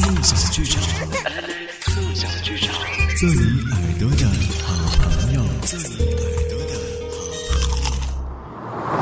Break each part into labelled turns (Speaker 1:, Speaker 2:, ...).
Speaker 1: 梦想剧场，梦想剧场，做你耳朵的好朋友，做你耳朵的好朋友。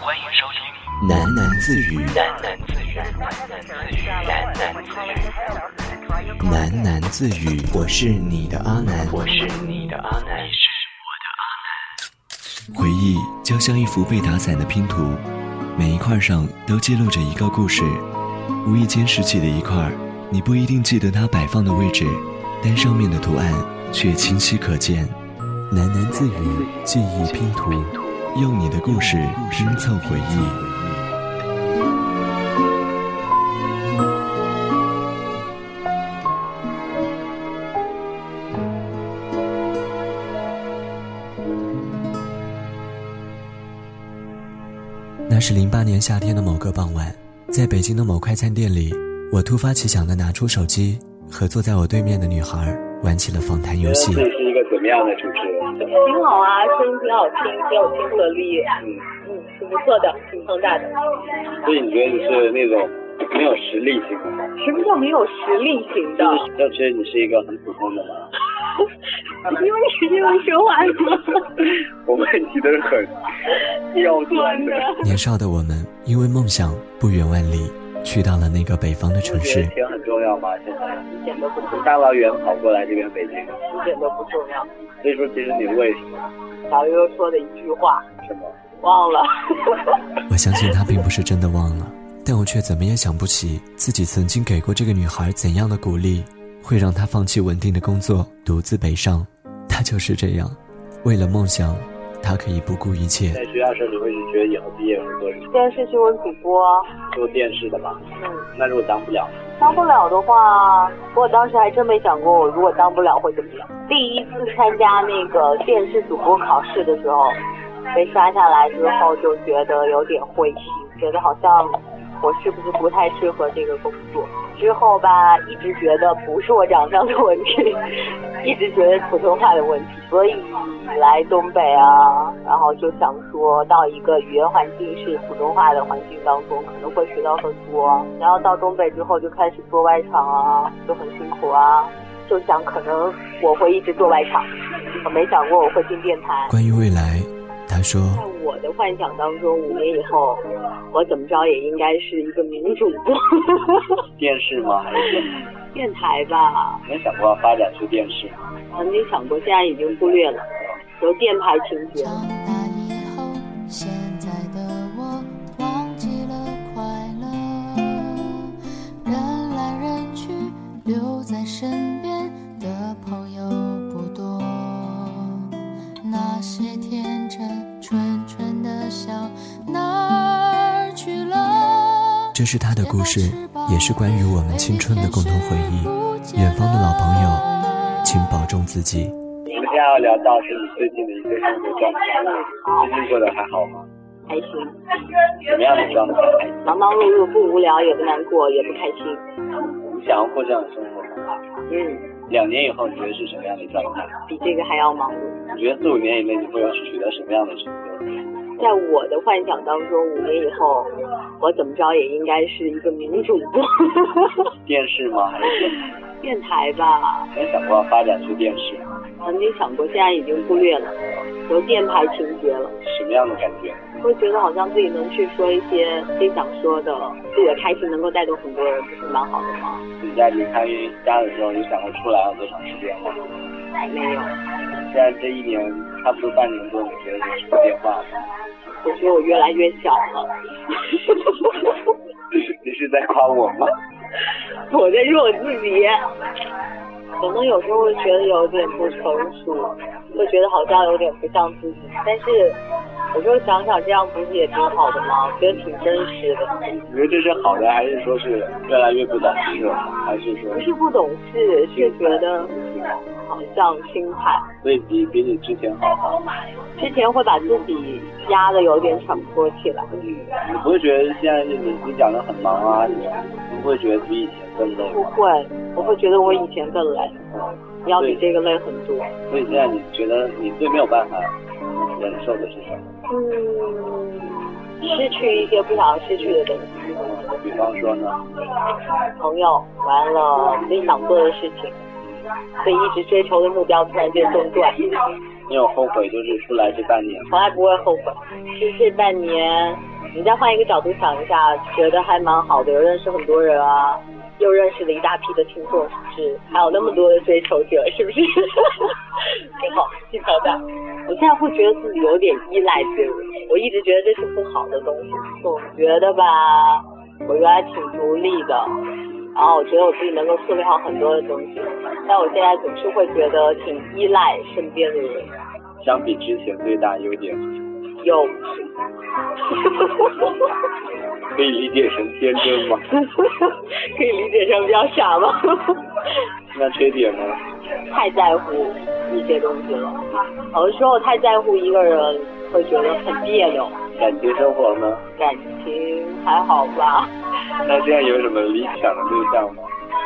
Speaker 1: 欢迎收听喃喃自语，喃喃自语，喃喃自语，喃喃自语，喃喃自语。我是你的阿南，我是你的阿南，是我的阿南。回忆就像一幅被打散的拼图，每一块上都记录着一个故事。无意间拾起的一块，你不一定记得它摆放的位置，但上面的图案却清晰可见。
Speaker 2: 喃喃自语，记忆拼图，
Speaker 1: 用你的故事拼凑回忆。
Speaker 2: 那是零八年夏天的某个傍晚，在北京的某快餐店里，我突发奇想的拿出手机，和坐在我对面的女孩玩起了访谈游戏
Speaker 3: 自。己是一个怎么样的主持人？
Speaker 4: 挺好啊，声音挺好听，挺有亲和力，嗯嗯，挺不错的，挺盛大的。
Speaker 3: 所以你觉得你是那种没有实力型的吗？
Speaker 4: 什么叫没有实力型的？
Speaker 3: 就其实你是一个很普通的吗？
Speaker 4: 因为是因为说话吗？
Speaker 3: 我问题都是很刁钻的。
Speaker 2: 年少的我们因为梦想不远万里，去到了那个北方的城
Speaker 3: 觉得
Speaker 2: 市。
Speaker 3: 钱很重要吗？现在
Speaker 4: 一点都不重
Speaker 3: 大老远跑过来这边北京，
Speaker 4: 要，一点都不重要。
Speaker 3: 所以说其实你为什么？
Speaker 4: 小悠悠说的一句话，
Speaker 3: 什么？
Speaker 4: 忘了。
Speaker 2: 我相信她并不是真的忘了，但我却怎么也想不起自己曾经给过这个女孩怎样的鼓励，会让她放弃稳定的工作，独自北上。她就是这样，为了梦想，她可以不顾一切。
Speaker 3: 在学校的时候你会觉得以后毕业会做
Speaker 4: 电视新闻主播，
Speaker 3: 做电视的吗？
Speaker 4: 嗯，
Speaker 3: 那如果当不了，
Speaker 4: 当不了的话，我当时还真没想过，我如果当不了会怎么样。第一次参加那个电视主播考试的时候，被刷下来之后就觉得有点灰心，觉得好像我是不是不太适合这个工作。之后吧，一直觉得不是我长相的问题， 一直觉得普通话的问题，所以来东北啊，然后就想说到一个语言环境是普通话的环境当中，可能会学到很多。然后到东北之后就开始做外场啊，就很辛苦啊，就想可能我会一直做外场，我没想过我会进电台。
Speaker 2: 关于未来，他说
Speaker 4: 在我的幻想当中，五年以后，我怎么着也应该是一个名主播，
Speaker 3: 电视吗？还是电视
Speaker 4: 电台吧。
Speaker 3: 没想过要发展出电视吗？
Speaker 4: 曾经啊想过，现在已经忽略了，有电台情节。啊
Speaker 5: 长大以后，现在的我忘记了快乐，人来人去，留在身边的朋友不多。那些天真纯纯的笑，哪儿去了？
Speaker 2: 这是他的故事，也是关于我们青春的共同回忆。远方的老朋友，请保重自己。
Speaker 3: 我们现在要聊到是你最近的一个生活状态，最近过得还好吗？
Speaker 4: 还行，
Speaker 3: 什么样的状态？
Speaker 4: 忙忙碌碌，不无聊，也不难过，也不开心。
Speaker 3: 你想要过这样的生活吗？
Speaker 4: 嗯，
Speaker 3: 两年以后，你觉得是什么样的状态？
Speaker 4: 比这个还要忙碌。
Speaker 3: 你觉得四五年以内你会有取得什么样的成就？
Speaker 4: 在我的幻想当中，五年以后，我怎么着也应该是一个名主播，
Speaker 3: 电视吗？还是电视
Speaker 4: 电台吧。
Speaker 3: 没想过要发展出电视，
Speaker 4: 曾经想过，现在已经忽略了，有电台情节了。
Speaker 3: 什么样的感觉？
Speaker 4: 会觉得好像自己能去说一些自己想说的，自己的开心能够带动很多人，不是蛮好的吗？
Speaker 3: 你在离开家的时候，有想过出来要多长时间吗？
Speaker 4: 没有，
Speaker 3: 现在这一年差不多半年多，你觉得有什么变化吗？
Speaker 4: 我觉得我越来越小了，
Speaker 3: 你是在夸我吗？
Speaker 4: 我在说我自己。可能有时候会觉得有点不成熟，会觉得好像有点不像自己，但是有时候想想这样不是也挺好的吗？我觉得挺真实的。
Speaker 3: 你觉得这是好的，还是说是越来越不懂事了？还是说
Speaker 4: 不，是不懂事，是觉得好像轻坦。
Speaker 3: 所以比比你之前好吗？
Speaker 4: 之前会把自己压得有点喘不过气来。
Speaker 3: 你不会觉得现在你你讲的很忙啊？你你不会觉得比以前更累
Speaker 4: 不
Speaker 3: 吗？嗯
Speaker 4: 会，我会觉得我以前更累，要比这个累很多。
Speaker 3: 所以现在你觉得你最没有办法忍受的是什么？
Speaker 4: 嗯，失去一些不想失去的东西，
Speaker 3: 比方说呢，
Speaker 4: 朋友，完了自己想做的事情，所以一直追求的目标突然间中断，
Speaker 3: 你有后悔就是出来这半年吗？
Speaker 4: 从来不会后悔。就这半年，你再换一个角度想一下，觉得还蛮好的，有认识很多人啊，又认识了一大批的听众，是不是？还有那么多的追求者，是不 是？挺好，挺好的。我现在会觉得自己有点依赖别人，我一直觉得这是不好的东西。总觉得吧，我原来挺独立的，然后我觉得我自己能够处理好很多的东西，但我现在总是会觉得挺依赖身边的人。
Speaker 3: 相比之前最大优点，
Speaker 4: 有，
Speaker 3: 可以理解成天真吗？
Speaker 4: 可以理解成比较傻吗？
Speaker 3: 那缺点呢？
Speaker 4: 太在乎一些东西了，有的时候太在乎一个人，会觉得很别扭。
Speaker 3: 感情生活呢？
Speaker 4: 感情还好吧？
Speaker 3: 那现在有什么理想的对象吗？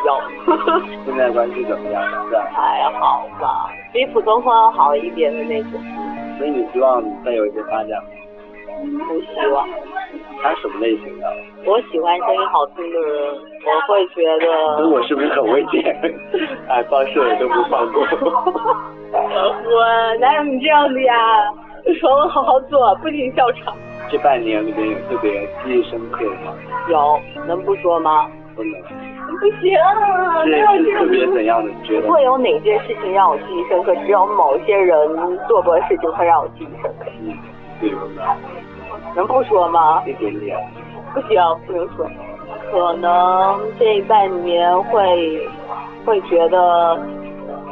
Speaker 4: 有，
Speaker 3: 现在关系怎么样？是吧？
Speaker 4: 还好吧，比普通话要好一点的那种。
Speaker 3: 所以你希望你再有一些发展吗？
Speaker 4: 不希望，
Speaker 3: 他什么类型的？
Speaker 4: 我喜欢声音好听的人，我会觉
Speaker 3: 那
Speaker 4: 得
Speaker 3: 我是不是很危 险？哎，放射我都不放过。
Speaker 4: 我哪有你这样的呀？说我好好做，不仅笑场。
Speaker 3: 这半年里面有特别记忆深刻的吗？
Speaker 4: 有，能不说吗？
Speaker 3: 不能。
Speaker 4: 不行、啊
Speaker 3: 这是特别怎样的？你觉得
Speaker 4: 不？会有哪件事情让我记忆深刻，只有某些人做过的事情会让我记忆深刻。
Speaker 3: 嗯，比如呢？
Speaker 4: 能不说吗？
Speaker 3: 一点点。
Speaker 4: 不行，不能说。可能这半年会会觉得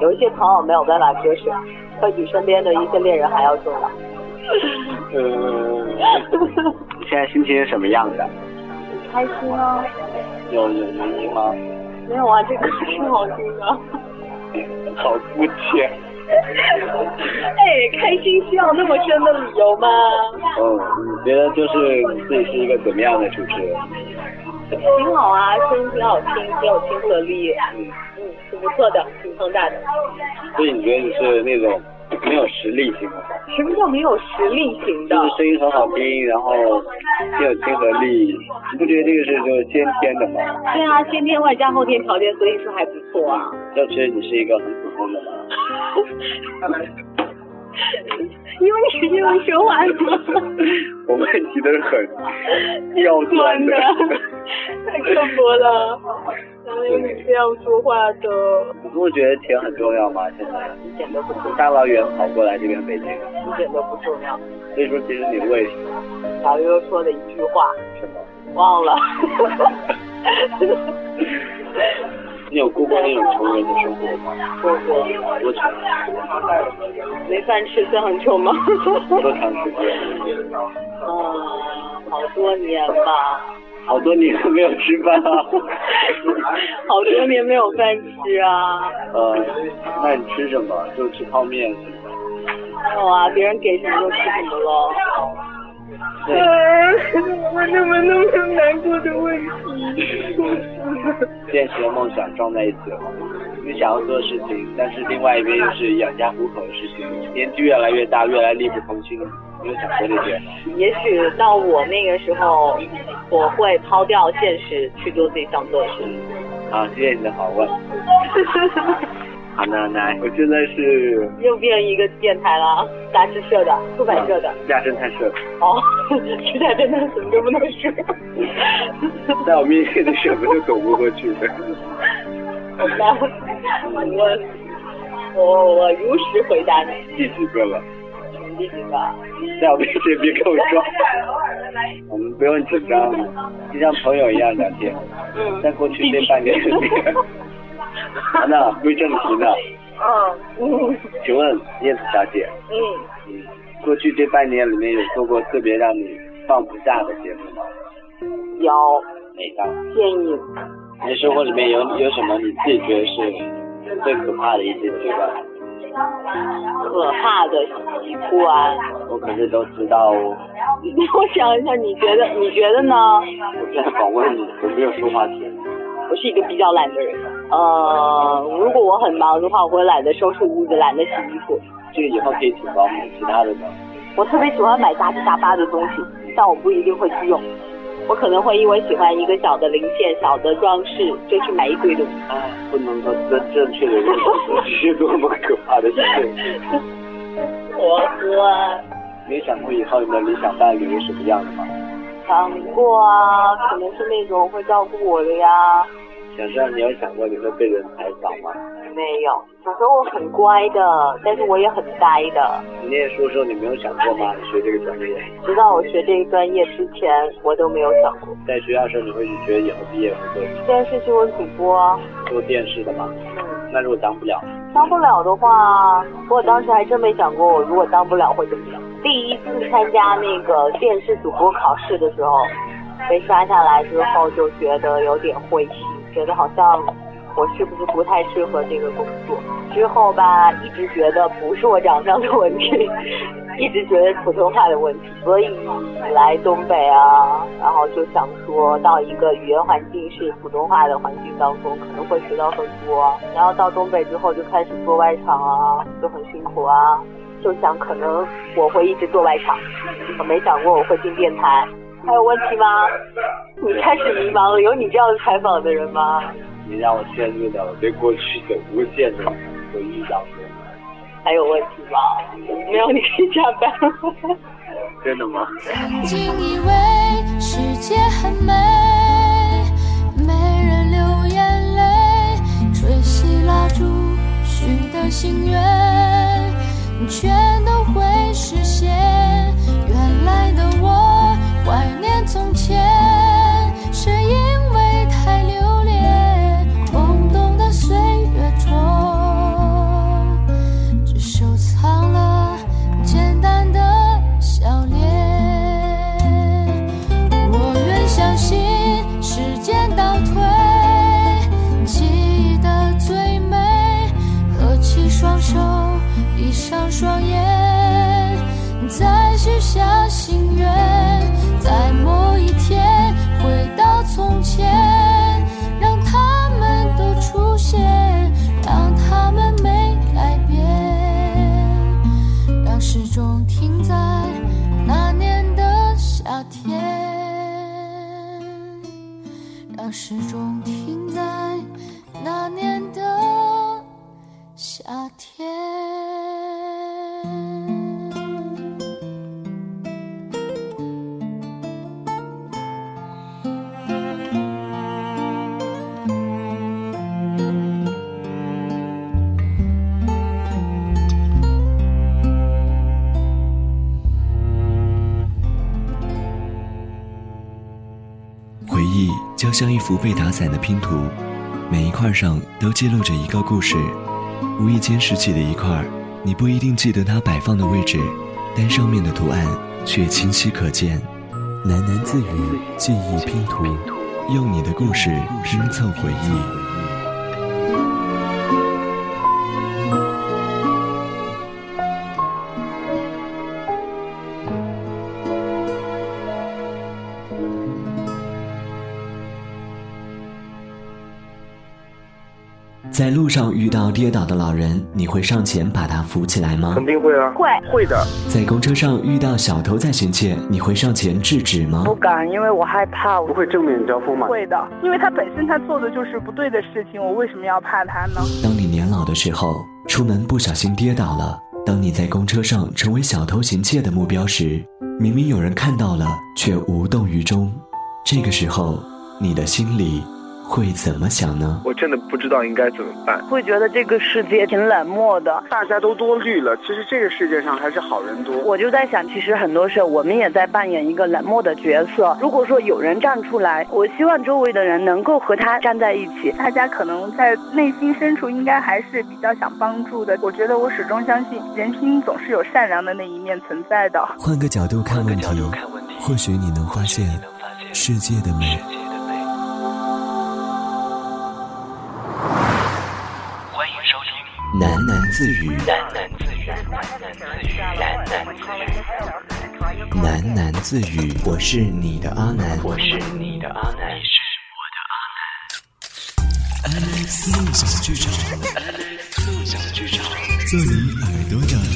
Speaker 4: 有一些朋友没有办法割舍，会比身边的一些恋人还要重要。
Speaker 3: 呃，你现在心情是什么样的？
Speaker 4: 开心啊！
Speaker 3: 有有原因吗？
Speaker 4: 没有啊，这歌挺好啊听的。
Speaker 3: 哎好肤浅。
Speaker 4: 哎，开心需要那么深的理由吗？
Speaker 3: 哦，你觉得就是你自己是一个怎么样的主持人？
Speaker 4: 挺好啊，声音挺好听，挺有亲和力，嗯，挺不错的，挺盛大的。
Speaker 3: 所以你觉得你是那种没有实力型的吗？
Speaker 4: 什么叫没有实力型的
Speaker 3: 就？是声音很好听，然后又有亲和力，你不觉得这个是就是先天的吗？
Speaker 4: 对啊，先天外加后天条件，所以说还不错 啊。
Speaker 3: 就觉得你是一个很普通的吗？
Speaker 4: 因为你是用说话的吗？
Speaker 3: 我问题都是很刁钻的。
Speaker 4: 太刻薄了，哪有你这样说话的？
Speaker 3: 你不会觉得钱很重要吗？现在
Speaker 4: 一点都不重
Speaker 3: 大老远跑过来这边北京，
Speaker 4: 要，一点都不重要。
Speaker 3: 所以说其实你为
Speaker 4: 小悠悠说的一句话，
Speaker 3: 什么？
Speaker 4: 忘 了。
Speaker 3: 你有过过那种穷人的生活吗？
Speaker 4: 说过，
Speaker 3: 多穷？
Speaker 4: 没饭吃算很穷 吗？
Speaker 3: 多长时间？
Speaker 4: 嗯，好多年吧，
Speaker 3: 好多年都没有吃饭啊。
Speaker 4: 好多年没有饭吃啊。
Speaker 3: 呃，那你吃什么？就吃泡面什么的。
Speaker 4: 没有啊，别人给什么就吃什么喽。
Speaker 3: 对
Speaker 4: 为什么那么难过的问题？
Speaker 3: 现实和梦想撞在一起了吗？你想要做的事情，但是另外一边又是养家糊口的事情，年纪越来越大，越来力不从心。你有想过这些吗？
Speaker 4: 也许到我那个时候，我会抛掉现实去做自己想做的事。
Speaker 3: 嗯好，谢谢你的访问。好，那那我现在是
Speaker 4: 又变一个电台了，杂志社的、出版社的。
Speaker 3: 亚生态社，
Speaker 4: 哦， 实在真的什么都不能说。
Speaker 3: 在我面前你什么都走不过去的。
Speaker 4: 那 我我我如实回答你，
Speaker 3: 第几个了？
Speaker 4: 你几个？
Speaker 3: 在我面前别跟我装。我们不用紧张，就像朋友一样聊天。
Speaker 4: 嗯
Speaker 3: 在过去这半年里面，好那归正题呢，
Speaker 4: 嗯嗯
Speaker 3: 请问叶子小姐，
Speaker 4: 嗯，
Speaker 3: 嗯，过去这半年里面有做过特别让你放不下的节目吗？
Speaker 4: 有
Speaker 3: 哪档？
Speaker 4: 建议
Speaker 3: 你的生活里面有有什么你自己觉得是最可怕的一些阶段？
Speaker 4: 可怕的习惯。
Speaker 3: 我可是都知道哦。
Speaker 4: 我想一下，你觉得你觉得呢？
Speaker 3: 我现在访问你，我没有说话权。
Speaker 4: 我是一个比较懒的人。呃，如果我很忙的话，我会懒得收拾屋子，懒得洗衣服。
Speaker 3: 这个以后可以请保姆，其他的呢？
Speaker 4: 我特别喜欢买杂七杂八的东西，但我不一定会去用。我可能会因为喜欢一个小的零件、小的装饰，就去买一堆东西。
Speaker 3: 哎，不能够真正确的认识这是多么可怕的事情。
Speaker 4: 我哥
Speaker 3: 你也想过以后你的理想伴侣是什么样的吗？
Speaker 4: 想过啊，可能是那种会照顾我的呀。
Speaker 3: 小时候你有想过你会被人采访吗？
Speaker 4: 没有，小时候我很乖的，但是我也很呆的。
Speaker 3: 你念书的时候你没有想过吗？你学这个专业，
Speaker 4: 直到我学这个专业之前，我都没有想过。
Speaker 3: 在学校的时候你会觉得以后毕业会做什么？
Speaker 4: 电视新闻主播，
Speaker 3: 做电视的吗？
Speaker 4: 嗯，
Speaker 3: 那如果当不了，
Speaker 4: 当不了的话，我当时还真没想过，我如果当不了会怎么样。第一次参加那个电视主播考试的时候，被刷下来之后，就觉得有点灰心，觉得好像我是不是不太适合这个工作。之后吧，一直觉得不是我长相的问题， 一直觉得普通话的问题，所以来东北啊，然后就想说到一个语言环境是普通话的环境当中，可能会学到很多。然后到东北之后就开始做外场啊，就很辛苦啊，就想可能我会一直做外场，我没想过我会进电台。还有问题吗？你开始迷茫了，有你这样采访的人吗？
Speaker 3: 你让我陷入了我对过去的无限的回忆当中。
Speaker 4: 还有问题吗？没有，你可以下班了。
Speaker 3: 真的吗？
Speaker 5: 曾经以为世界很美，没人流眼泪，吹熄蜡烛许的心愿，全都会实现。原来的我怀念从前，是因为太留恋懵懂的岁月中。只收藏了简单的笑脸。我愿相信时间倒退，记忆的最美。合起双手，闭上双眼，再许下心愿，在某一天回到从前。让他们都出现，让他们没改变，让时钟停在那年的夏天，让时钟停在那年的夏天。
Speaker 1: 回忆就像一幅被打散的拼图，每一块上都记录着一个故事。无意间拾起的一块，你不一定记得它摆放的位置，但上面的图案却清晰可见。
Speaker 2: 喃喃自语，记忆拼图。
Speaker 1: 用你的故事拼凑回忆。在路上遇到跌倒的老人，你会上前把他扶起来吗？
Speaker 6: 肯定会啊，
Speaker 7: 会
Speaker 6: 会的。
Speaker 1: 在公车上遇到小偷在行窃，你会上前制止吗？
Speaker 7: 不敢，因为我害怕。
Speaker 6: 不会正面交锋嘛？
Speaker 7: 会的，因为他本身他做的就是不对的事情，我为什么要怕他呢？
Speaker 1: 当你年老的时候，出门不小心跌倒了；当你在公车上成为小偷行窃的目标时，明明有人看到了，却无动于衷。这个时候，你的心里会怎么想呢？
Speaker 6: 我真的不知道应该怎么办。
Speaker 7: 会觉得这个世界挺冷漠的。
Speaker 6: 大家都多虑了，其实这个世界上还是好人多。
Speaker 7: 我就在想，其实很多事儿我们也在扮演一个冷漠的角色。如果说有人站出来，我希望周围的人能够和他站在一起。
Speaker 8: 大家可能在内心深处应该还是比较想帮助的。我觉得我始终相信，人心总是有善良的那一面存在的。
Speaker 2: 换个角度看问题，或许你能发现世界的美。
Speaker 1: 喃喃自语，喃喃自语，喃喃自语，喃喃自语。我是你的阿南，我是你的阿南，你是我的阿南。安南梦想剧场，安南梦想剧场，做你耳朵的